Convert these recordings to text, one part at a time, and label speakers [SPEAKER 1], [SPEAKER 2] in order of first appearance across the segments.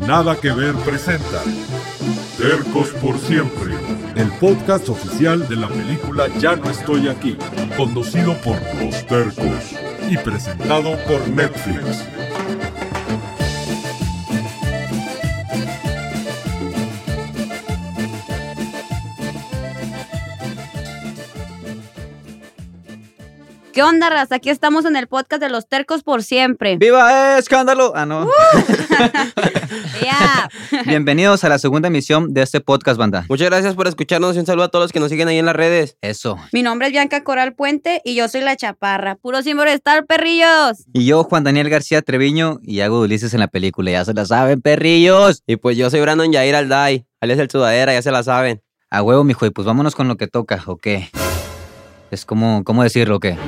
[SPEAKER 1] Nada que ver presenta Tercos por siempre, el podcast oficial de la película Ya no estoy aquí, conducido por Los Tercos y presentado por Netflix.
[SPEAKER 2] ¿Qué onda, raza? Aquí estamos en el podcast de los tercos por siempre.
[SPEAKER 3] ¡Viva escándalo! Ah, no.
[SPEAKER 2] Ya.
[SPEAKER 3] Bienvenidos a la segunda emisión de este podcast, banda.
[SPEAKER 4] Muchas gracias por escucharnos y un saludo a todos los que nos siguen ahí en las redes.
[SPEAKER 3] Eso.
[SPEAKER 2] Mi nombre es Bianca Coral Puente y yo soy la chaparra. Puro sin estar, perrillos.
[SPEAKER 3] Y yo, Juan Daniel García Treviño, y hago de Ulises en la película. Ya se la saben, perrillos.
[SPEAKER 4] Y pues yo soy Brandon Yair Alday, alias el Sudadera, ya se la saben.
[SPEAKER 3] A huevo, mijo, y pues vámonos con lo que toca, ¿o qué? Es como, ¿cómo decirlo, o qué?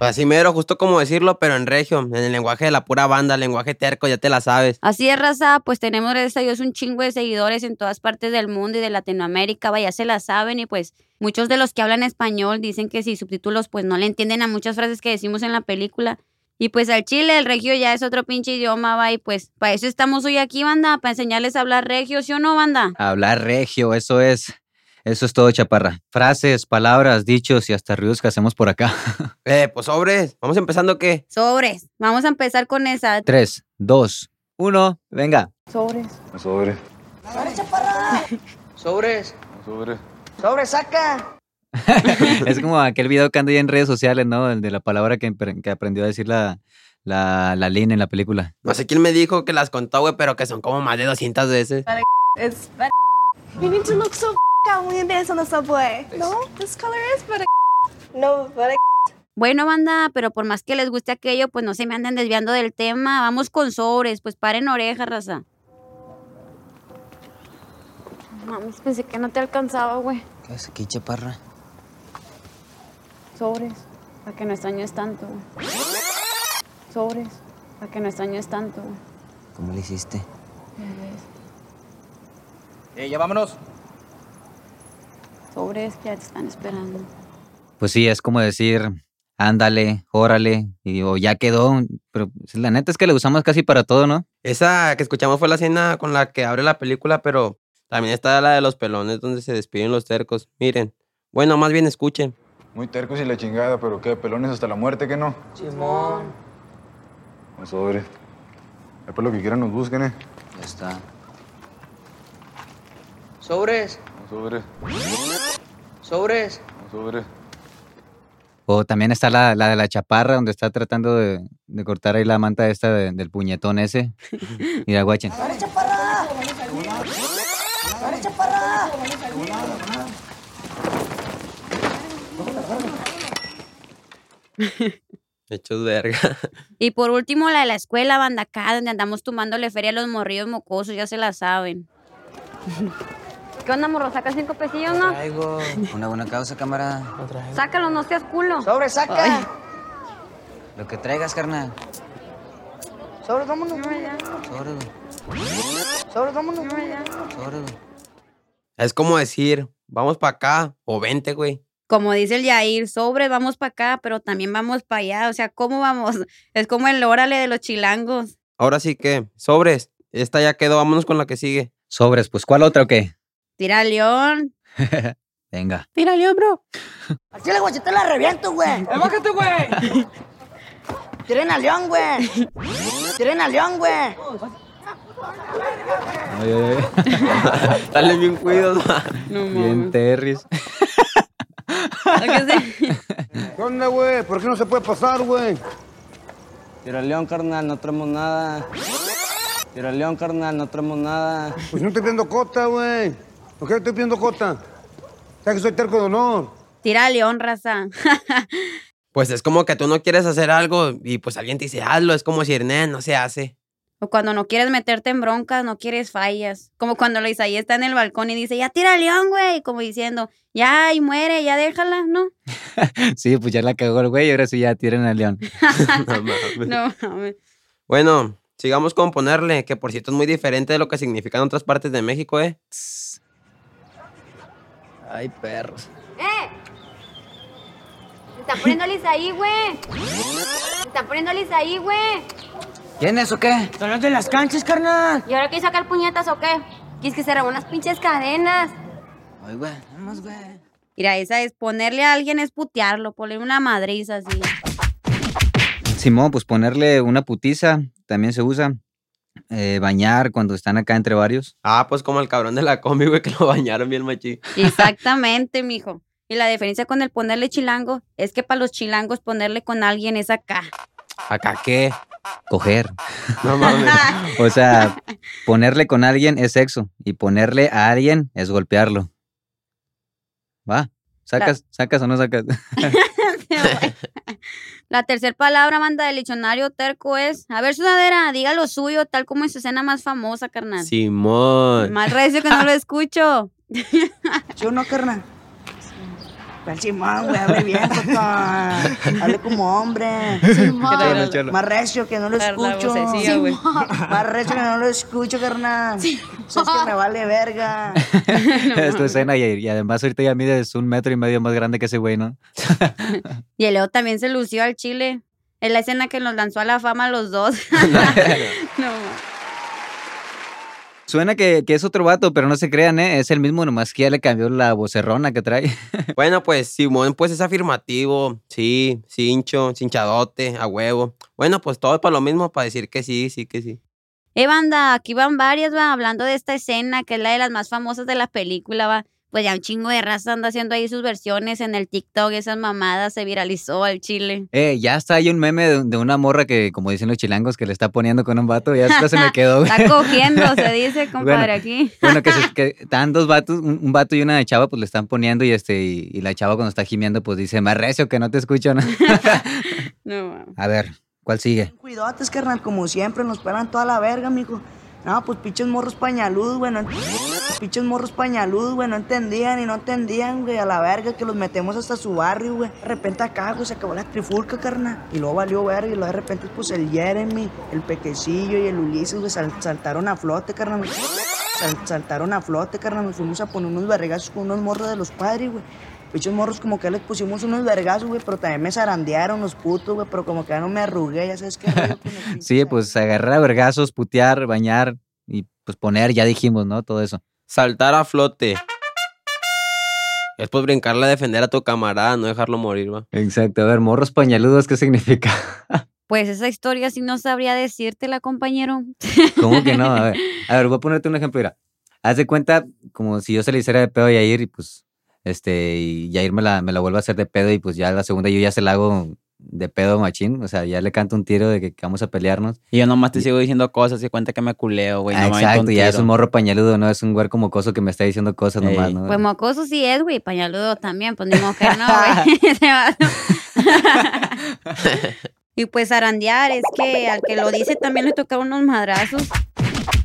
[SPEAKER 4] Así mero, justo como decirlo, pero en regio, en el lenguaje de la pura banda, el lenguaje terco, ya te la sabes.
[SPEAKER 2] Así es, raza, pues tenemos, gracias a Dios, un chingo de seguidores en todas partes del mundo y de Latinoamérica, vaya, se la saben y pues muchos de los que hablan español dicen que sin subtítulos pues no le entienden a muchas frases que decimos en la película. Y pues al Chile, el regio ya es otro pinche idioma, va, y pues para eso estamos hoy aquí, banda, para enseñarles a hablar regio, ¿sí o no, banda?
[SPEAKER 3] Hablar regio, eso es. Eso es todo, chaparra. Frases, palabras, dichos y hasta ruidos que hacemos por acá.
[SPEAKER 4] Eh, pues sobres, vamos empezando qué.
[SPEAKER 2] Sobres, vamos a empezar con esa.
[SPEAKER 3] Tres, dos, uno, venga.
[SPEAKER 5] Sobres.
[SPEAKER 6] Sobre.
[SPEAKER 7] Sobres,
[SPEAKER 6] Sobre.
[SPEAKER 7] sobres, saca.
[SPEAKER 3] es como aquel video que anda ahí en redes sociales, ¿no? El de la palabra que, empre- que aprendió a decir la, la, la Lin en la película.
[SPEAKER 4] No sé quién me dijo que las contó, güey, pero que son como más de 200 veces.
[SPEAKER 5] It's bad. You need to look so out when you dance on the subway. No, this color is but No, but
[SPEAKER 2] Bueno, banda, pero por más que les guste aquello, pues no se me anden desviando del tema. Vamos con sobres, pues paren oreja, raza.
[SPEAKER 5] Mames, pensé que no te alcanzaba, güey.
[SPEAKER 4] ¿Qué es aquí, chaparra?
[SPEAKER 5] Sobres. Para que no extrañes tanto, güey. Sobres. Para que no extrañes tanto, güey.
[SPEAKER 4] ¿Cómo le hiciste?
[SPEAKER 7] Eh, ya vámonos.
[SPEAKER 5] Sobres que ya te están esperando.
[SPEAKER 3] Pues sí, es como decir, ándale, órale, y o ya quedó. Pero pues, la neta es que le usamos casi para todo, ¿no?
[SPEAKER 4] Esa que escuchamos fue la escena con la que abre la película, pero también está la de los pelones donde se despiden los tercos. Miren, bueno, más bien escuchen.
[SPEAKER 6] Muy tercos y la chingada, pero qué, pelones hasta la muerte, que no.
[SPEAKER 7] Simón.
[SPEAKER 6] Sobre. Después lo que quieran nos busquen, eh.
[SPEAKER 4] Ya está.
[SPEAKER 7] Sobres,
[SPEAKER 6] Sobre.
[SPEAKER 7] sobres.
[SPEAKER 6] Sobre.
[SPEAKER 3] O también está la, la de la chaparra, donde está tratando de, de cortar ahí la manta esta de- del puñetón ese. Mira, guachen.
[SPEAKER 4] Hechos verga.
[SPEAKER 2] Y por último, la de la escuela, banda acá, donde andamos tumbándole feria a los morrillos mocosos, ya se la saben. ¿Qué onda, morro? ¿Saca cinco pesillos, no?
[SPEAKER 7] Traigo.
[SPEAKER 3] Una buena causa, cámara.
[SPEAKER 2] Sácalo, no seas culo.
[SPEAKER 7] Sobres, saca.
[SPEAKER 3] Lo que traigas, carnal.
[SPEAKER 7] Sobres, vámonos. Sobres, vámonos.
[SPEAKER 4] Es como decir, vamos para acá o vente, güey.
[SPEAKER 2] Como dice el Yair, sobre, vamos para acá, pero también vamos para allá. O sea, ¿cómo vamos? Es como el órale de los chilangos.
[SPEAKER 4] Ahora sí que, sobres. Esta ya quedó, vámonos con la que sigue.
[SPEAKER 3] Sobres, pues, ¿cuál otra o qué?
[SPEAKER 2] Tira al león.
[SPEAKER 3] Venga.
[SPEAKER 2] Tira al león, bro.
[SPEAKER 7] Así la guachita la reviento, güey. ¡Bájate, güey! Tiren al león, güey. Tiren al león, güey.
[SPEAKER 4] Dale bien cuido.
[SPEAKER 2] No,
[SPEAKER 3] Bien, Terris.
[SPEAKER 8] ¿Qué onda, güey? ¿Por qué no se puede pasar, güey?
[SPEAKER 4] Tira al león, carnal, no traemos nada. Tira al león, carnal, no traemos nada.
[SPEAKER 8] Pues no estoy pidiendo cota, güey. ¿Por qué no estoy pidiendo cota? ¿Sabes que soy terco de honor?
[SPEAKER 2] Tira al león, raza.
[SPEAKER 4] Pues es como que tú no quieres hacer algo y pues alguien te dice hazlo. Es como decir, "Nah, no se hace.
[SPEAKER 2] O cuando no quieres meterte en broncas, no quieres fallas. Como cuando la Isaí está en el balcón y dice, ya tira al león, güey. Como diciendo, ya, y muere, ya déjala, ¿no?
[SPEAKER 3] Sí, pues ya la cagó el güey, ahora sí ya tiren al león.
[SPEAKER 4] No mames.
[SPEAKER 2] No, mames.
[SPEAKER 4] Bueno, sigamos con ponerle, que por cierto es muy diferente de lo que significa en otras partes de México, ¿eh?
[SPEAKER 3] Ay, perros.
[SPEAKER 2] ¡Eh! Se está poniendo ahí, güey. Se está poniendo ahí, güey.
[SPEAKER 3] ¿Quiénes o qué?
[SPEAKER 9] Son los de las canchas, carnal.
[SPEAKER 2] ¿Y ahora qué sacar puñetas o qué? ¿Quieres que se reúnan unas pinches cadenas?
[SPEAKER 3] Ay, güey, vamos, güey.
[SPEAKER 2] Mira, esa es ponerle a alguien es putearlo, ponerle una madriza así.
[SPEAKER 3] Simón, pues ponerle una putiza también se usa. Eh, bañar cuando están acá entre varios.
[SPEAKER 4] Ah, pues como el cabrón de la combi, güey, que lo bañaron bien machín.
[SPEAKER 2] Exactamente, mijo. Y la diferencia con el ponerle chilango es que para los chilangos ponerle con alguien es acá.
[SPEAKER 4] ¿Acá qué?
[SPEAKER 3] Coger.
[SPEAKER 4] No mames.
[SPEAKER 3] O sea, ponerle con alguien es sexo y ponerle a alguien es golpearlo. Va, sacas, sacas o no sacas.
[SPEAKER 2] La tercera palabra, manda del diccionario terco es, a ver, sudadera, diga lo suyo, tal como en su escena más famosa, carnal.
[SPEAKER 4] Simón.
[SPEAKER 2] Más recio que no lo escucho.
[SPEAKER 9] Yo no, carnal.
[SPEAKER 7] Ven, Simón, Pues güey, hable bien, papá. Hable como hombre.
[SPEAKER 3] Cholo, cholo.
[SPEAKER 7] Más recio que no lo
[SPEAKER 2] La
[SPEAKER 7] escucho.
[SPEAKER 2] vocecilla, güey.
[SPEAKER 7] Más recio que no lo escucho, carnal. Sabes que me vale verga.
[SPEAKER 3] es tu escena y, y además ahorita ya mides un metro y medio más grande que ese güey, ¿no?
[SPEAKER 2] Y el Leo también se lució al chile. Es la escena que nos lanzó a la fama a los dos. no.
[SPEAKER 3] Suena que, que es otro vato, pero no se crean, ¿eh? Es el mismo, nomás que ya le cambió la vocerrona que trae.
[SPEAKER 4] Bueno, pues Simón, pues es afirmativo. Sí, cincho, cinchadote, a huevo. Bueno, pues todo es para lo mismo, para decir que sí, sí, que sí.
[SPEAKER 2] Eh, banda, aquí van varias, va, hablando de esta escena, que es la de las más famosas de la película, va. Pues ya un chingo de raza anda haciendo ahí sus versiones en el TikTok, esas mamadas se viralizó al chile.
[SPEAKER 3] Eh, ya está ahí un meme de, de una morra que, como dicen los chilangos, que le está poniendo con un vato. Ya hasta se me quedó, güey.
[SPEAKER 2] Está cogiendo, se dice, compadre,
[SPEAKER 3] Bueno.
[SPEAKER 2] aquí.
[SPEAKER 3] Bueno, que, se- que están dos vatos, un, un vato y una chava, pues le están poniendo y este y, y la chava cuando está gimiendo, pues dice, más recio que no te escucho. ¿no?"
[SPEAKER 2] No, va.
[SPEAKER 3] A ver, ¿cuál sigue?
[SPEAKER 7] Cuidotes, carnal, como siempre, nos pelan toda la verga, mijo. No, pues pinches morros pañaludos, güey. No ent- pinches morros pañaludos, güey. No entendían y no entendían, güey. A la verga que los metemos hasta su barrio, güey. De repente acá, güey, se acabó la trifulca, carnal. Y luego valió verga. Y luego de repente, pues el Jeremy, el Pequecillo y el Ulises, güey, sal- saltaron a flote, carnal. Sal- saltaron a flote, carnal. Nos fuimos a poner unos vergazos con unos morros de los padres, güey. Pichos morros como que les pusimos unos vergazos, güey, pero también me zarandearon los putos, güey, pero como que ya no me arrugué, ya sabes qué. rollo con los pinches
[SPEAKER 3] Sí, pues agarrar a vergazos, putear, bañar y pues poner, ya dijimos, ¿no? Todo eso.
[SPEAKER 4] Saltar a flote. Es pues brincarle a defender a tu camarada, no dejarlo morir, va.
[SPEAKER 3] Exacto, a ver, morros pañaludos, ¿qué significa?
[SPEAKER 2] Pues esa historia sí no sabría decírtela, compañero.
[SPEAKER 3] ¿Cómo que no? A ver, a ver, voy a ponerte un ejemplo, mira. Haz de cuenta como si yo se le hiciera de pedo a Yair y pues, este, y Yair me la, me la vuelve a hacer de pedo y pues ya la segunda yo ya se la hago de pedo machín, o sea, ya le canto un tiro de que vamos a pelearnos.
[SPEAKER 10] Y yo nomás te sigo diciendo cosas y cuenta que me culeo, güey.
[SPEAKER 3] Ah,
[SPEAKER 10] no me aviento
[SPEAKER 3] exacto,
[SPEAKER 10] un
[SPEAKER 3] ya es
[SPEAKER 10] tiro.
[SPEAKER 3] un morro pañaludo, no es un güer como coso que me está diciendo cosas
[SPEAKER 10] Ey.
[SPEAKER 3] nomás, ¿no?
[SPEAKER 2] Pues mocoso sí es, güey, pañaludo también, pues ni modo que no, güey. Se va. y pues arandear es que al que lo dice también le tocaron unos madrazos.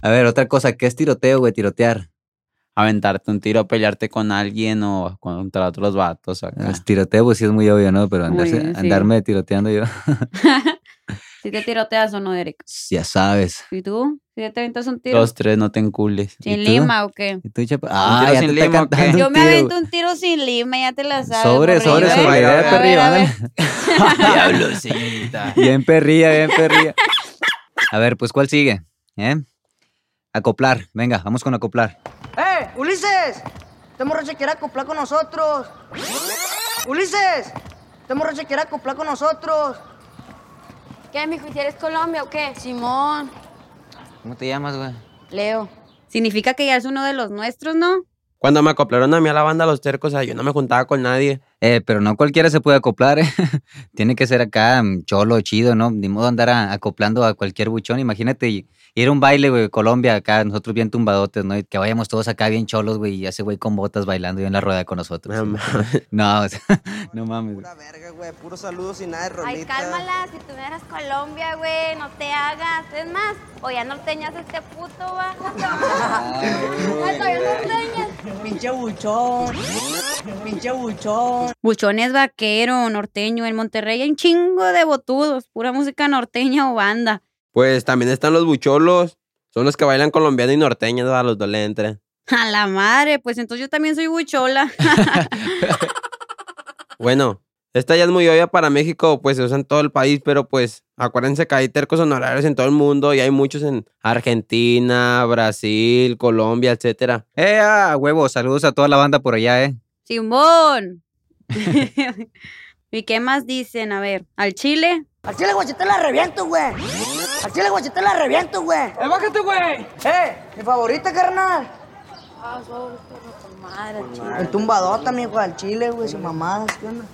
[SPEAKER 3] A ver, otra cosa, ¿qué es tiroteo, güey? Tirotear.
[SPEAKER 10] Aventarte un tiro, pelearte con alguien o contra otros vatos. Acá.
[SPEAKER 3] Es tiroteo, pues sí es muy obvio, ¿no? Pero
[SPEAKER 2] Muy
[SPEAKER 3] andarse-
[SPEAKER 2] bien, sí.
[SPEAKER 3] andarme tiroteando yo,
[SPEAKER 2] Si te tiroteas o no, Eric.
[SPEAKER 3] Pues, ya sabes.
[SPEAKER 2] ¿Y tú? Si ya te aventas un tiro.
[SPEAKER 10] Los tres no te encules.
[SPEAKER 2] ¿Sin
[SPEAKER 3] ¿y tú?
[SPEAKER 2] lima o qué?
[SPEAKER 3] ¿Y tú, chapa? Ah,
[SPEAKER 10] tiro
[SPEAKER 3] ya te
[SPEAKER 10] sin
[SPEAKER 3] está
[SPEAKER 10] lima, ¿o qué?
[SPEAKER 3] cantando un
[SPEAKER 2] Yo me
[SPEAKER 3] tiro,
[SPEAKER 2] avento un tiro sin lima, ya te la sabes.
[SPEAKER 3] Sobre,
[SPEAKER 2] morrillo,
[SPEAKER 3] sobre,
[SPEAKER 2] ¿eh?
[SPEAKER 3] sobre.
[SPEAKER 2] A
[SPEAKER 3] Idea
[SPEAKER 2] ver, a
[SPEAKER 3] perrillo,
[SPEAKER 2] ver.
[SPEAKER 3] ándale.
[SPEAKER 10] Diablo, señorita.
[SPEAKER 3] Bien perría, bien perría. A ver, pues, ¿cuál sigue? ¿Eh? Acoplar. Venga, vamos con acoplar.
[SPEAKER 7] ¡Eh, Ulises! Este morro se quiere acoplar con nosotros. ¡Ulises! Este morro se quiere acoplar con nosotros.
[SPEAKER 11] ¿Qué, mijo? ¿Y si eres Colombia o qué? Simón.
[SPEAKER 3] ¿Cómo te llamas, güey?
[SPEAKER 11] Leo.
[SPEAKER 2] Significa que ya es uno de los nuestros, ¿no?
[SPEAKER 4] Cuando me acoplaron a mí a la banda Los Tercos, o sea, yo no me juntaba con nadie.
[SPEAKER 3] Eh, pero no cualquiera se puede acoplar, ¿eh? Tiene que ser acá mm, cholo, chido, ¿no? Ni modo andar a- acoplando a cualquier buchón. Imagínate y- ir a un baile, güey, Colombia, acá, nosotros bien tumbadotes, ¿no? Y que vayamos todos acá bien cholos, güey, y ese güey con botas bailando y en la rueda con nosotros.
[SPEAKER 4] No mames.
[SPEAKER 3] No, o sea, no mames. güey.
[SPEAKER 7] Pura verga, güey. Puro saludos y nada de
[SPEAKER 11] Ay,
[SPEAKER 7] rolita.
[SPEAKER 11] cálmala. Si tú no eras Colombia, güey, no te hagas. Es más, o ya norteñas a este puto, va. Hasta ya norteñas.
[SPEAKER 7] Pinche buchón. Pinche buchón.
[SPEAKER 2] Buchones vaquero, norteño. En Monterrey hay un chingo de botudos, pura música norteña o banda.
[SPEAKER 4] Pues también están los bucholos. Son los que bailan colombiano y norteño, a los dolentes.
[SPEAKER 2] A la madre, pues entonces yo también soy buchola.
[SPEAKER 4] Bueno, Esta ya es muy obvia para México, pues se usa en todo el país, pero pues acuérdense que hay tercos honorarios en todo el mundo y hay muchos en Argentina, Brasil, Colombia, etcétera.
[SPEAKER 3] ¡Eh, a huevo! Saludos a toda la banda por allá, ¿eh?
[SPEAKER 2] Simón. ¿Y qué más dicen? A ver, al Chile.
[SPEAKER 9] Al chile, güey, si te la reviento, güey. Al chile, güey, si te la reviento, güey.
[SPEAKER 7] ¡Eh, bájate, güey!
[SPEAKER 9] ¡Eh! Mi favorita, carnal.
[SPEAKER 11] Ah, su madre, chile.
[SPEAKER 7] El tumbadota, mijo, al chile, güey, sin mamadas, ¿qué onda?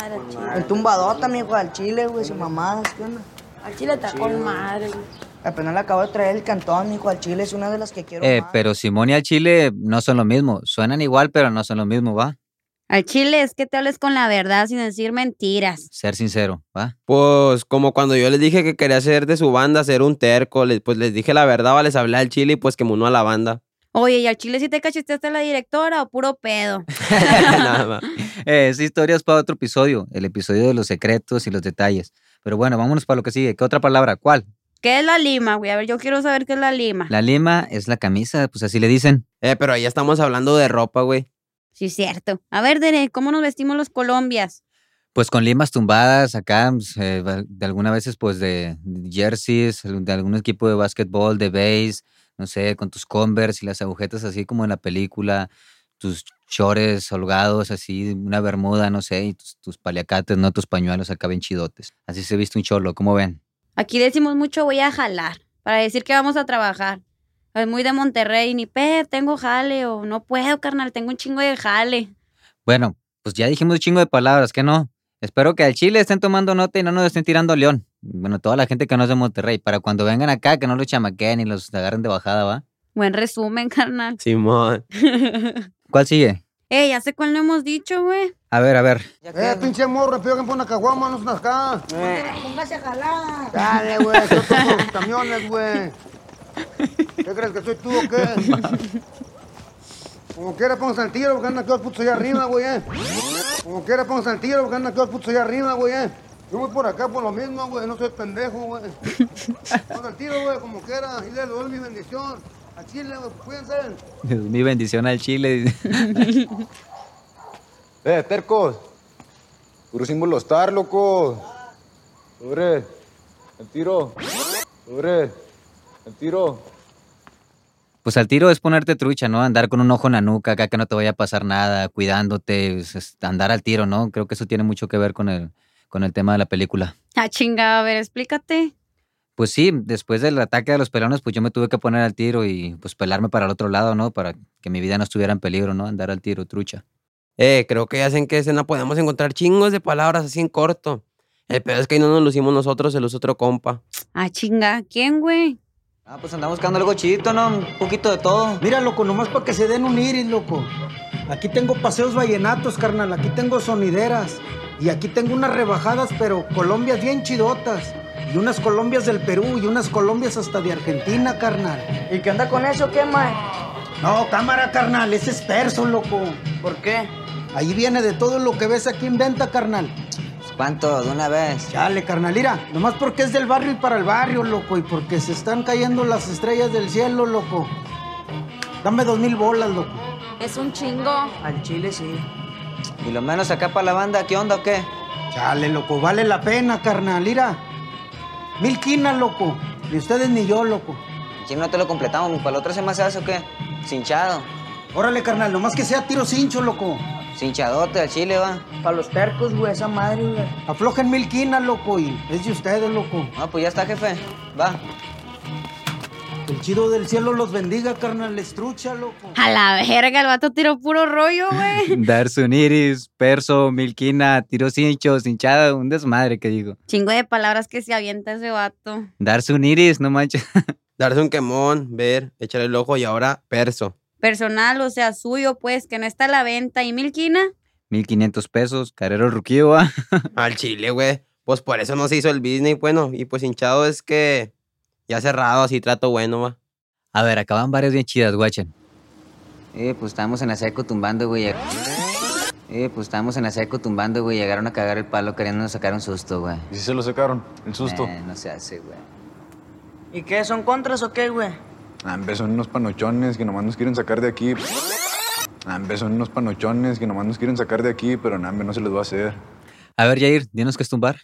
[SPEAKER 11] Madre, chile.
[SPEAKER 7] El tumbadota, mijo, al chile, güey, sin mamadas, ¿qué onda?
[SPEAKER 11] Al chile está con madre, güey.
[SPEAKER 7] Apenas le acabo de traer el cantón, mijo, al chile, es una de las que quiero
[SPEAKER 3] Eh,
[SPEAKER 7] más.
[SPEAKER 3] pero Simón y al Chile no son lo mismo. Suenan igual, pero no son lo mismo, ¿va?
[SPEAKER 2] Al Chile es que te hables con la verdad sin decir mentiras.
[SPEAKER 3] Ser sincero, ¿va?
[SPEAKER 4] Pues como cuando yo les dije que quería ser de su banda, ser un terco, les- pues les dije la verdad, o les hablé al chile y pues que munó a la banda.
[SPEAKER 2] Oye, ¿y al Chile si te cacheteaste a la directora o puro pedo?
[SPEAKER 4] Nada más.
[SPEAKER 3] Eh, esa historia es para otro episodio, el episodio de los secretos y los detalles. Pero bueno, vámonos para lo que sigue. ¿Qué otra palabra? ¿Cuál?
[SPEAKER 2] ¿Qué es la lima, güey? A ver, yo quiero saber qué es la lima.
[SPEAKER 3] La lima es la camisa, pues así le dicen.
[SPEAKER 4] Eh, pero ahí estamos hablando de ropa, güey.
[SPEAKER 2] Sí, cierto. A ver, Dere, ¿cómo nos vestimos los colombias?
[SPEAKER 3] Pues con limas tumbadas acá, pues, eh, va- de algunas veces pues de jerseys, de algún equipo de básquetbol, de base, no sé, con tus Converse y las agujetas así como en la película, tus chores holgados así, una bermuda, no sé, y tus, tus paliacates, no tus pañuelos acá bien chidotes. Así se viste un cholo, ¿cómo ven?
[SPEAKER 2] Aquí decimos mucho voy a jalar para decir que vamos a trabajar. Es muy de Monterrey, ni pep, tengo jale o no puedo, carnal, tengo un chingo de jale.
[SPEAKER 3] Bueno, pues ya dijimos un chingo de palabras, ¿qué no? Espero que al Chile estén tomando nota y no nos estén tirando león. Bueno, toda la gente que no es de Monterrey, para cuando vengan acá, que no los chamaqueen y los agarren de bajada, ¿va?
[SPEAKER 2] Buen resumen, carnal.
[SPEAKER 4] Simón.
[SPEAKER 3] ¿Cuál sigue?
[SPEAKER 2] Eh, ya sé cuál no hemos dicho, güey.
[SPEAKER 3] A ver, a ver.
[SPEAKER 8] Eh, pinche morro, pido que me ponga caguama, no es una acá.
[SPEAKER 9] Póngase a jalar.
[SPEAKER 8] Dale, güey, yo toco los camiones, güey. ¿Qué crees que soy tú o qué? Como quiera pónganse al tiro, porque andan aquí los putos allá arriba, güey, eh. Como quiera pónganse al tiro, porque andan aquí los putos allá arriba, güey, eh. Yo voy por acá por lo mismo, güey, no soy pendejo, güey. Pónganse al tiro, güey, como quiera, y le doy mi bendición. A Chile, güey, cuídense.
[SPEAKER 3] Mi bendición al Chile.
[SPEAKER 6] Eh, tercos. Puro símbolo estar, loco. Sobre. El tiro. Sobre. El tiro.
[SPEAKER 3] Pues al tiro es ponerte trucha, ¿no? Andar con un ojo en la nuca, acá que no te vaya a pasar nada, cuidándote, es- es andar al tiro, ¿no? Creo que eso tiene mucho que ver con el, con el tema de la película.
[SPEAKER 2] Ah, chingada, a ver, explícate.
[SPEAKER 3] Pues sí, después del ataque de los pelones, pues yo me tuve que poner al tiro y pues pelarme para el otro lado, ¿no? Para que mi vida no estuviera en peligro, ¿no? Andar al tiro, trucha.
[SPEAKER 4] Eh, creo que ya hacen que escena podemos encontrar chingos de palabras así en corto. El pedo es que ahí no nos lo hicimos nosotros, se lo hizo otro compa.
[SPEAKER 2] Ah, chinga, ¿quién, güey?
[SPEAKER 3] Ah, pues andamos buscando algo chidito, ¿no? Un poquito de todo.
[SPEAKER 12] Mira, loco, nomás para que se den un iris, loco. Aquí tengo paseos vallenatos, carnal. Aquí tengo sonideras. Y aquí tengo unas rebajadas, pero Colombias bien chidotas. Y unas Colombias del Perú y unas Colombias hasta de Argentina, carnal.
[SPEAKER 7] ¿Y qué anda con eso, qué, mae?
[SPEAKER 12] No, cámara, carnal, ese es perso, loco. ¿Por qué? Ahí viene de todo lo que ves aquí en venta, carnal. ¿Cuánto? ¿De una vez? Chale, carnal, mira, nomás porque es del barrio y para el barrio, loco, y porque se están cayendo las estrellas del cielo, loco. Dame dos mil bolas, loco.
[SPEAKER 11] Es un chingo.
[SPEAKER 12] Al chile sí. Y lo menos acá para la banda, ¿qué onda o qué? Chale, loco, vale la pena, carnal, mira. Mil quinas, loco. Ni ustedes ni yo, loco. Si no te lo completamos, ¿para la otra semana se hace o qué? Cinchado. Órale, carnal, nomás que sea tiro cincho, loco. Cinchadote, al chile va.
[SPEAKER 7] Para los tercos, güey, esa madre, güey.
[SPEAKER 12] Aflojen mil quinas, loco, y es de ustedes, loco. Ah, pues ya está, jefe. Va. El chido del cielo los bendiga, carnal, estrucha, loco.
[SPEAKER 2] A la verga, el vato tiró puro rollo, güey.
[SPEAKER 3] Dar suniris, perso, milquina, tiro cincho, cinchada, un desmadre que digo.
[SPEAKER 2] Chingo de palabras que se avienta ese vato.
[SPEAKER 3] Dar suniris, no manches.
[SPEAKER 4] Darse un quemón, ver, echar el ojo y ahora perso.
[SPEAKER 2] Personal, o sea, suyo, pues, que no está a la venta. ¿Y Milquina?
[SPEAKER 3] 1500 pesos, ¿ah? carero ruquillo, ¿va?
[SPEAKER 4] Al chile, güey. Pues por eso no se hizo el business, bueno, y pues hinchado es que ya cerrado, así trato bueno, va.
[SPEAKER 3] A ver, acaban varias bien chidas, guachen.
[SPEAKER 13] Eh, pues estábamos en la seco tumbando, güey. Eh, pues estábamos en la seco tumbando, güey. Llegaron a cagar el palo queriéndonos sacar un susto, güey.
[SPEAKER 6] ¿Y si se lo sacaron? El susto.
[SPEAKER 13] Eh, no se hace, güey.
[SPEAKER 7] ¿Y qué? ¿Son contras o qué, güey?
[SPEAKER 6] pues Ah, hombre, son unos panochones que nomás nos quieren sacar de aquí. Nambe, son unos panochones que nomás nos quieren sacar de aquí, pero Nambe no se les va a hacer.
[SPEAKER 3] A ver, Jair, dinos qué es tumbar.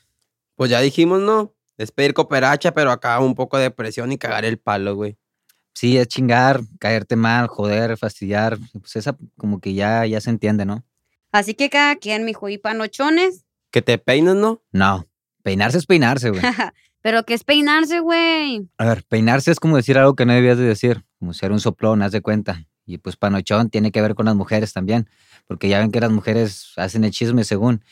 [SPEAKER 4] Pues ya dijimos, ¿no? Es pedir cooperacha, pero acá un poco de presión y cagar el palo, güey.
[SPEAKER 3] Sí, es chingar, caerte mal, joder, fastidiar. Pues esa como que ya, ya se entiende, ¿no?
[SPEAKER 2] Así que cada quien, mijo, y panochones.
[SPEAKER 4] Que te peines, ¿no?
[SPEAKER 3] No. Peinarse es peinarse, güey.
[SPEAKER 2] Pero que es peinarse, güey.
[SPEAKER 3] A ver, peinarse es como decir algo que no debías de decir, como ser un soplón, haz de cuenta. Y pues panochón tiene que ver con las mujeres también, porque ya ven que las mujeres hacen el chisme según,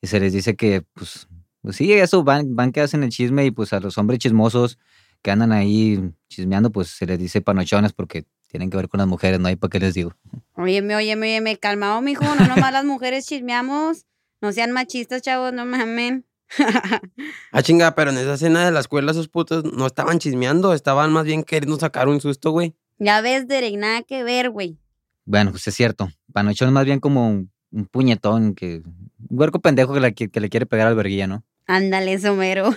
[SPEAKER 3] y se les dice que, pues, pues sí, eso van, van que hacen el chisme y pues a los hombres chismosos que andan ahí chismeando, pues se les dice panochones porque tienen que ver con las mujeres, no hay para qué les digo.
[SPEAKER 2] Óyeme, óyeme, óyeme, calmado, mijo. No nomás las mujeres chismeamos. No sean machistas, chavos, no mamen.
[SPEAKER 4] Ah, chinga, pero en esa cena de la escuela esos putos no estaban chismeando, estaban más bien queriendo sacar un susto, güey.
[SPEAKER 2] Ya ves, Derek, nada que ver, güey.
[SPEAKER 3] Bueno, pues es cierto. Panochón es más bien como un, un puñetón, que, un huerco pendejo que, la qui- que le quiere pegar al verguilla, ¿no?
[SPEAKER 2] Ándale, somero.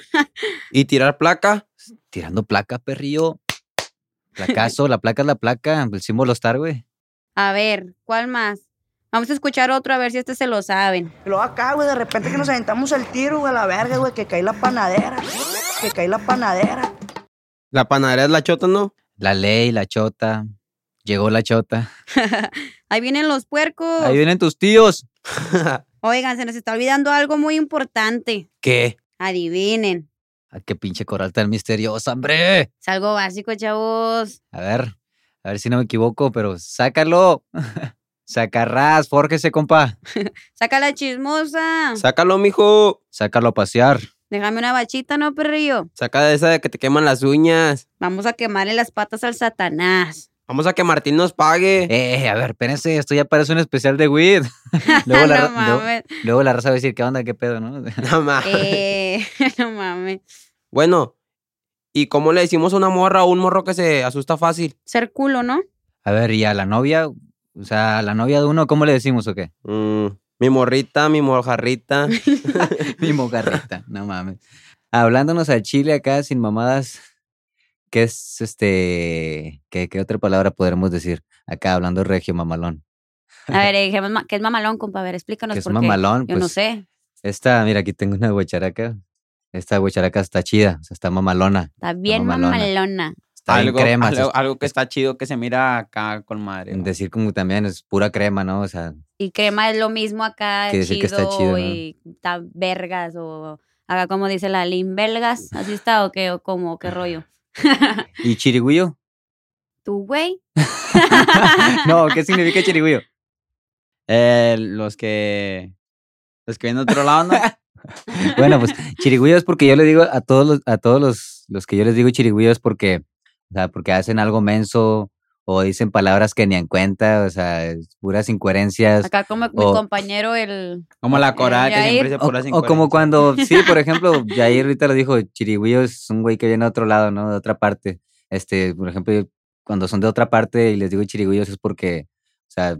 [SPEAKER 4] ¿Y tirar placa?
[SPEAKER 3] Tirando placa, perrillo. Placazo, la placa es la placa, el símbolo star, güey.
[SPEAKER 2] A ver, ¿cuál más? Vamos a escuchar otro a ver si este se lo saben.
[SPEAKER 7] Y luego acá, güey, de repente que nos aventamos el tiro, güey, a la verga, güey, que caí la panadera. Que caí la panadera.
[SPEAKER 4] La panadería es la chota, ¿no?
[SPEAKER 3] La ley, la chota. Llegó la chota.
[SPEAKER 2] Ahí vienen los puercos.
[SPEAKER 3] Ahí vienen tus tíos.
[SPEAKER 2] Oigan, se nos está olvidando algo muy importante.
[SPEAKER 3] ¿Qué?
[SPEAKER 2] Adivinen.
[SPEAKER 3] Ah, qué pinche coral tan misterioso, hombre.
[SPEAKER 2] Es algo básico, chavos.
[SPEAKER 3] A ver, a ver si no me equivoco, pero sácalo. Sacarrás, fórjese, compa.
[SPEAKER 2] Saca la chismosa.
[SPEAKER 4] Sácalo, mijo.
[SPEAKER 3] Sácalo a pasear.
[SPEAKER 2] Déjame una bachita, ¿no, perrillo?
[SPEAKER 4] Saca de esa de que te queman las uñas.
[SPEAKER 2] Vamos a quemarle las patas al satanás.
[SPEAKER 4] Vamos a que Martín nos pague.
[SPEAKER 3] Eh, a ver, espérense, esto ya parece un especial de weed. luego, la, ra- luego-
[SPEAKER 2] mames.
[SPEAKER 3] luego la raza va a decir, ¿qué onda? ¿Qué pedo, no?
[SPEAKER 4] No mames.
[SPEAKER 2] Eh, no mames.
[SPEAKER 4] Bueno, ¿y cómo le decimos a una morra o un morro que se asusta fácil?
[SPEAKER 2] Ser culo, ¿no?
[SPEAKER 3] A ver, ¿y a la novia? O sea, ¿a la novia de uno cómo le decimos o qué?
[SPEAKER 4] Mm, mi morrita, mi mojarrita.
[SPEAKER 3] Mi mojarrita, no mames. Hablándonos al chile acá sin mamadas, ¿qué es este? ¿Qué, qué otra palabra podremos decir? Acá hablando regio mamalón.
[SPEAKER 2] A ver, eh, dijimos ma- que es mamalón, compa. A ver, explícanos
[SPEAKER 3] ¿Qué es
[SPEAKER 2] por qué.
[SPEAKER 3] mamalón?
[SPEAKER 2] Yo no
[SPEAKER 3] Pues,
[SPEAKER 2] sé.
[SPEAKER 3] Esta, mira, aquí tengo una guacharaca. Esta guacharaca está chida, o sea, está mamalona.
[SPEAKER 2] Está bien
[SPEAKER 3] mamalona.
[SPEAKER 2] mamalona.
[SPEAKER 3] Está bien
[SPEAKER 10] algo,
[SPEAKER 3] crema,
[SPEAKER 10] algo,
[SPEAKER 3] es-
[SPEAKER 10] algo que está chido que se mira acá con madre. ¿no?
[SPEAKER 3] Decir como también es pura crema, ¿no? O sea,
[SPEAKER 2] Y crema es lo mismo acá,
[SPEAKER 3] Quiere
[SPEAKER 2] chido,
[SPEAKER 3] decir que está chido, ¿no?
[SPEAKER 2] y está vergas o acá como dice la Lin Belgas, así está o qué o cómo, o qué rollo.
[SPEAKER 3] ¿y chirigüillo?
[SPEAKER 2] ¿Tú, güey?
[SPEAKER 3] no, ¿qué significa chirigüillo?
[SPEAKER 10] Eh, los que. Los que vienen de otro lado, ¿no?
[SPEAKER 3] Bueno, pues chirigüillo es porque yo le digo a todos los, a todos los, los que yo les digo chirigüillo es porque, o sea, porque hacen algo menso o dicen palabras que ni en cuenta, o sea, es puras incoherencias.
[SPEAKER 2] Acá como mi
[SPEAKER 3] Pues, O-
[SPEAKER 2] compañero el
[SPEAKER 10] Como la coral, que
[SPEAKER 2] Yair.
[SPEAKER 10] siempre dice
[SPEAKER 3] O,
[SPEAKER 10] puras
[SPEAKER 3] o como cuando, sí, por ejemplo, Jair ahorita lo dijo, chirigüillo es un güey que viene de otro lado, ¿no? De otra parte. Este, por ejemplo, yo cuando son de otra parte y les digo chirigüillos es porque, o sea,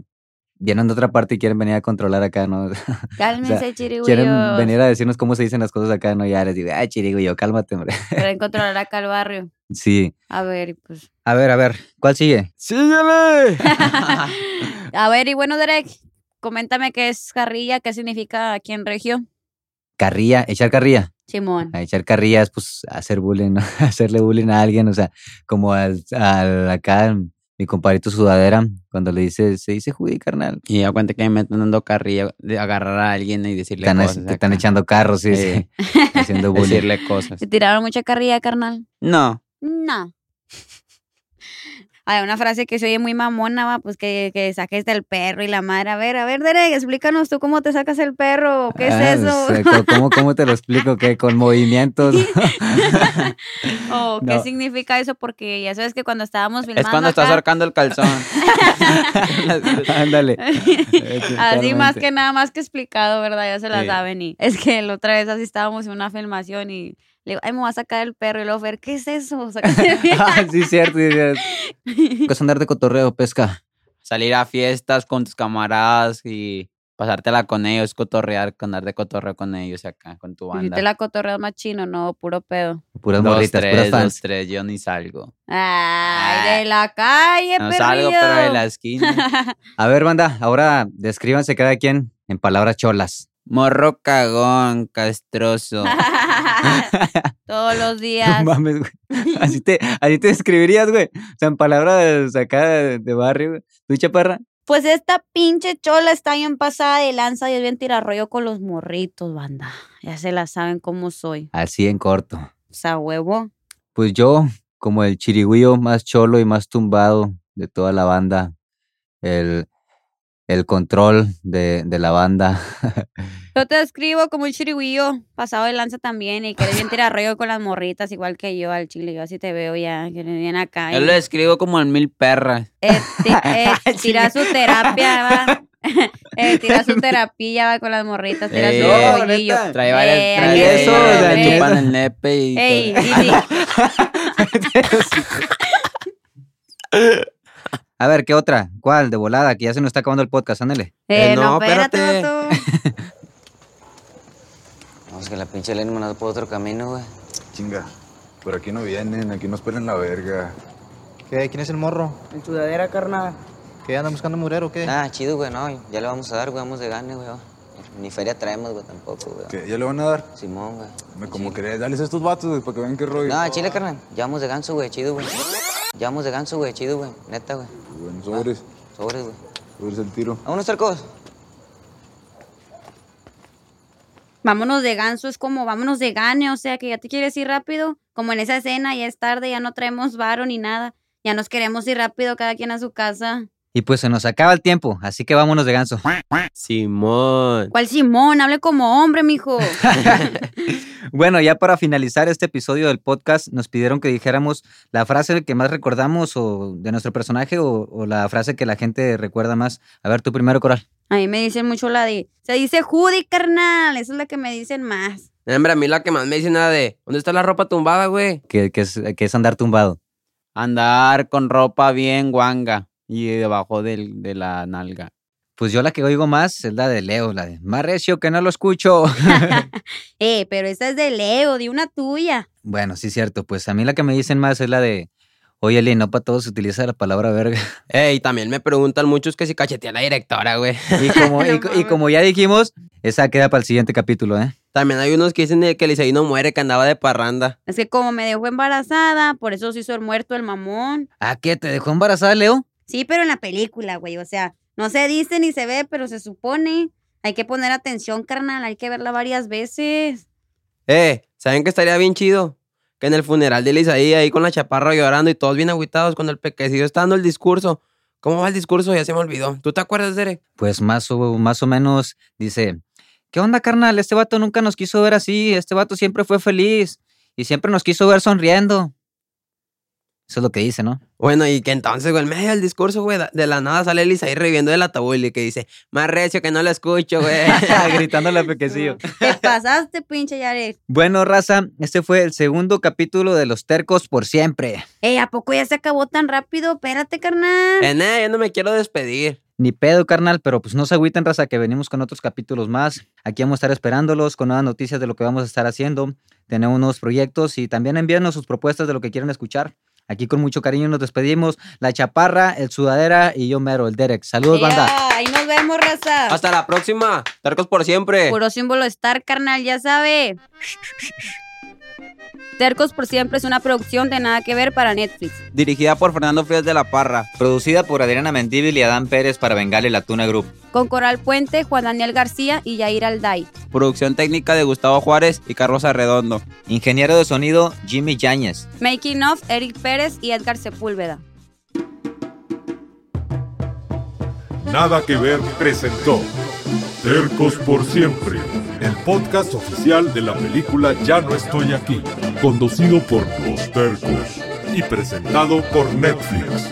[SPEAKER 3] vienen de otra parte y quieren venir a controlar acá, ¿no?
[SPEAKER 2] cálmense
[SPEAKER 3] O sea, Quieren
[SPEAKER 2] chirigüillos,
[SPEAKER 3] venir a decirnos cómo se dicen las cosas acá, ¿no? Ya les digo, ay, chirigüillo, cálmate, hombre.
[SPEAKER 2] para encontrar acá al barrio.
[SPEAKER 3] Sí.
[SPEAKER 2] A ver, y pues.
[SPEAKER 3] A ver, a ver, ¿cuál sigue?
[SPEAKER 4] ¡Síguele!
[SPEAKER 2] A ver, y bueno, Derek, coméntame qué es carrilla, qué significa aquí en Regio.
[SPEAKER 3] Carrilla, echar carrilla.
[SPEAKER 2] Simón.
[SPEAKER 3] A echar carrilla es pues hacer bullying, ¿no? hacerle bullying a alguien, o sea, como al, al- acá mi compadrito sudadera, cuando le dice, se dice judí, carnal.
[SPEAKER 10] Y ya cuenta que me están dando carrilla de agarrar a alguien y decirle
[SPEAKER 3] Están,
[SPEAKER 10] cosas.
[SPEAKER 3] te están echando carros, sí, sí, haciendo bullying.
[SPEAKER 10] Decirle cosas.
[SPEAKER 2] ¿Te tiraron mucha carrilla, carnal?
[SPEAKER 10] No.
[SPEAKER 2] No. Hay una frase que se oye muy mamona, va, pues que, que saques del perro y la madre. A ver, a ver, Derek, explícanos tú cómo te sacas el perro. ¿Qué
[SPEAKER 3] Ah,
[SPEAKER 2] es eso?
[SPEAKER 3] o sea, ¿cómo- ¿cómo, cómo te lo explico? que ¿Con movimientos?
[SPEAKER 2] ¿O qué
[SPEAKER 3] No.
[SPEAKER 2] significa eso? Porque ya sabes que cuando estábamos filmando.
[SPEAKER 10] Es cuando estás
[SPEAKER 2] acá,
[SPEAKER 10] ahorcando el calzón.
[SPEAKER 3] Ándale.
[SPEAKER 2] Así más
[SPEAKER 10] Totalmente.
[SPEAKER 2] que nada, más que explicado, ¿verdad? Ya se la
[SPEAKER 10] Sí.
[SPEAKER 2] saben. Y es que la otra vez así estábamos en una filmación y le digo, ay, me voy a sacar el perro. Y luego, Fer, ¿qué es eso? Sácate el perro".
[SPEAKER 3] Ah, sí, cierto. sí, cierto. ¿Qué es andar de cotorreo, pesca?
[SPEAKER 10] Salir a fiestas con tus camaradas y pasártela con ellos, cotorrear, andar de cotorreo con ellos acá, con tu banda.
[SPEAKER 2] Hiciste la cotorreo más chino, no, puro pedo.
[SPEAKER 3] Puras
[SPEAKER 10] Dos,
[SPEAKER 3] morritas,
[SPEAKER 10] tres,
[SPEAKER 3] puras fans.
[SPEAKER 10] dos, tres, yo ni salgo.
[SPEAKER 2] Ay, de la calle,
[SPEAKER 10] Ah, No
[SPEAKER 2] perrillo.
[SPEAKER 10] salgo, pero de la esquina.
[SPEAKER 3] A ver, banda, ahora descríbanse cada quien en palabras cholas.
[SPEAKER 10] Morro cagón, castroso.
[SPEAKER 2] Todos los días.
[SPEAKER 3] No mames, güey. Así te, así te describirías, güey. O sea, en palabras acá de, de barrio, güey. ¿Tú, chaparra?
[SPEAKER 2] Pues esta pinche chola está bien pasada de lanza y es bien tirarrollo con los morritos, banda. Ya se la saben cómo soy.
[SPEAKER 3] Así en corto.
[SPEAKER 2] O sea, huevo.
[SPEAKER 3] Pues yo, como el chirigüillo más cholo y más tumbado de toda la banda, el, el control de, de la banda.
[SPEAKER 2] Yo te describo como un chiriguillo pasado de lanza también y que eres bien tirarrollo con las morritas, igual que yo al chile. Yo así te veo ya, que eres bien acá.
[SPEAKER 10] Yo lo describo como el mil perras.
[SPEAKER 2] Ti- eh, tira su terapia, va. Eh, tira su terapia, va con las morritas, tira
[SPEAKER 10] Eh,
[SPEAKER 2] su
[SPEAKER 10] no,
[SPEAKER 2] rollillo.
[SPEAKER 10] neta. Trae varias-
[SPEAKER 2] Eh,
[SPEAKER 10] trae
[SPEAKER 2] aquí
[SPEAKER 10] eso,
[SPEAKER 2] te
[SPEAKER 10] o sea,
[SPEAKER 2] ves.
[SPEAKER 10] chupan el nepe y
[SPEAKER 2] Ey,
[SPEAKER 10] todo.
[SPEAKER 2] y sí.
[SPEAKER 3] A ver, ¿qué otra? ¿Cuál? De volada, que ya se nos está acabando el podcast, ándale.
[SPEAKER 2] Eh, no, espérate.
[SPEAKER 13] Vamos que la pinche ley no mandó por otro camino, güey.
[SPEAKER 6] Chinga, por aquí no vienen, aquí nos pelan la verga.
[SPEAKER 12] ¿Qué? ¿Quién es el morro?
[SPEAKER 7] En sudadera, carnal.
[SPEAKER 12] ¿Qué anda buscando murero o qué?
[SPEAKER 13] Ah, chido, güey, no, ya le vamos a dar, güey, vamos de gane, güey. Ni feria traemos, güey, tampoco, güey.
[SPEAKER 6] ¿Qué? ¿Ya le van a dar?
[SPEAKER 13] Simón, güey.
[SPEAKER 6] Me como querés, dales a estos vatos güey, para que vean qué rollo.
[SPEAKER 13] No, chile, carnal, ya vamos de ganso, güey, chido, güey. Ya vamos de ganso, güey, chido, güey, neta, güey.
[SPEAKER 6] Bueno, sobres,
[SPEAKER 13] Sobres, güey.
[SPEAKER 6] sobres el tiro.
[SPEAKER 13] Vámonos, cercos.
[SPEAKER 2] Vámonos de ganso, es como vámonos de gane, o sea que ya te quieres ir rápido, como en esa escena, ya es tarde, ya no traemos varo ni nada, ya nos queremos ir rápido cada quien a su casa.
[SPEAKER 3] Y pues se nos acaba el tiempo, así que vámonos de ganso.
[SPEAKER 10] Simón.
[SPEAKER 2] ¿Cuál Simón? Hable como hombre, mijo.
[SPEAKER 3] Bueno, ya para finalizar este episodio del podcast, nos pidieron que dijéramos la frase que más recordamos o de nuestro personaje o, o la frase que la gente recuerda más. A ver, tú primero, Coral.
[SPEAKER 2] A mí me dicen mucho la de, se dice Judy, carnal, esa es la que me dicen más.
[SPEAKER 4] No, Hombre, a mí la que más me dice nada de, ¿dónde está la ropa tumbada, güey?
[SPEAKER 3] Que, que es, que es andar tumbado.
[SPEAKER 10] Andar con ropa bien guanga y debajo del, de la nalga.
[SPEAKER 3] Pues yo la que oigo más es la de Leo, la de más recio que no lo escucho.
[SPEAKER 2] Eh, pero esa es de Leo, de una tuya.
[SPEAKER 3] bueno, sí, cierto. Pues a mí la que me dicen más es la de, oye, Lee, no para todos se utiliza la palabra verga.
[SPEAKER 4] Ey, también me preguntan muchos que si cachetea a la directora, güey.
[SPEAKER 3] Y como, y, co- y como ya dijimos, esa queda para el siguiente capítulo, ¿eh?
[SPEAKER 4] También hay unos que dicen eh, que el no muere, que andaba de parranda.
[SPEAKER 2] Es que como me dejó embarazada, por eso se hizo el muerto el mamón.
[SPEAKER 3] ¿A qué? ¿Te dejó embarazada, Leo?
[SPEAKER 2] Sí, pero en la película, güey, o sea, no se dice ni se ve, pero se supone. Hay que poner atención, carnal, hay que verla varias veces.
[SPEAKER 4] Eh, ¿saben que estaría bien chido? Que en el funeral de Elisaí, ahí con la chaparra llorando y todos bien agüitados cuando el pequecillo está dando el discurso. ¿Cómo va el discurso? Ya se me olvidó. ¿Tú te acuerdas, Dere?
[SPEAKER 3] Pues más o, más o menos dice, ¿qué onda, carnal? Este vato nunca nos quiso ver así, este vato siempre fue feliz y siempre nos quiso ver sonriendo. Eso es lo que dice, ¿no?
[SPEAKER 4] Bueno, y que entonces, güey, en medio del discurso, güey, da- de la nada sale Elisaí reviviendo del ataúd y que dice, más recio que no lo escucho, güey.
[SPEAKER 3] Gritándole a pequecillo.
[SPEAKER 2] Mm. Te pasaste, pinche Yaret.
[SPEAKER 3] Bueno, raza, este fue el segundo capítulo de Los Tercos por siempre.
[SPEAKER 2] Ey, ¿a poco ya se acabó tan rápido? Espérate, carnal.
[SPEAKER 4] Eh, nah, yo no me quiero despedir.
[SPEAKER 3] Ni pedo, carnal, pero pues no se agüiten, raza, que venimos con otros capítulos más. Aquí vamos a estar esperándolos con nuevas noticias de lo que vamos a estar haciendo. Tenemos nuevos proyectos y también envíanos sus propuestas de lo que quieran escuchar. Aquí con mucho cariño nos despedimos. La Chaparra, el Sudadera y yo mero, el Derek. Saludos, banda.
[SPEAKER 2] Ya, Ahí nos vemos, raza.
[SPEAKER 4] Hasta la próxima. Tarcos por siempre.
[SPEAKER 2] Puro símbolo estar, carnal, ya sabe. Tercos por siempre es una producción de nada que ver para Netflix.
[SPEAKER 10] Dirigida por Fernando Frías de la Parra.
[SPEAKER 3] Producida por Adriana Mendíbil y Adán Pérez para Bengal y la Tuna Group.
[SPEAKER 2] Con Coral Puente, Juan Daniel García y Yair Alday.
[SPEAKER 10] Producción técnica de Gustavo Juárez y Carlos Arredondo.
[SPEAKER 3] Ingeniero de sonido, Jimmy Yáñez.
[SPEAKER 2] Making of Eric Pérez y Edgar Sepúlveda.
[SPEAKER 1] Nada que ver presentó Tercos por siempre, el podcast oficial de la película Ya no estoy aquí, conducido por los tercos y presentado por Netflix.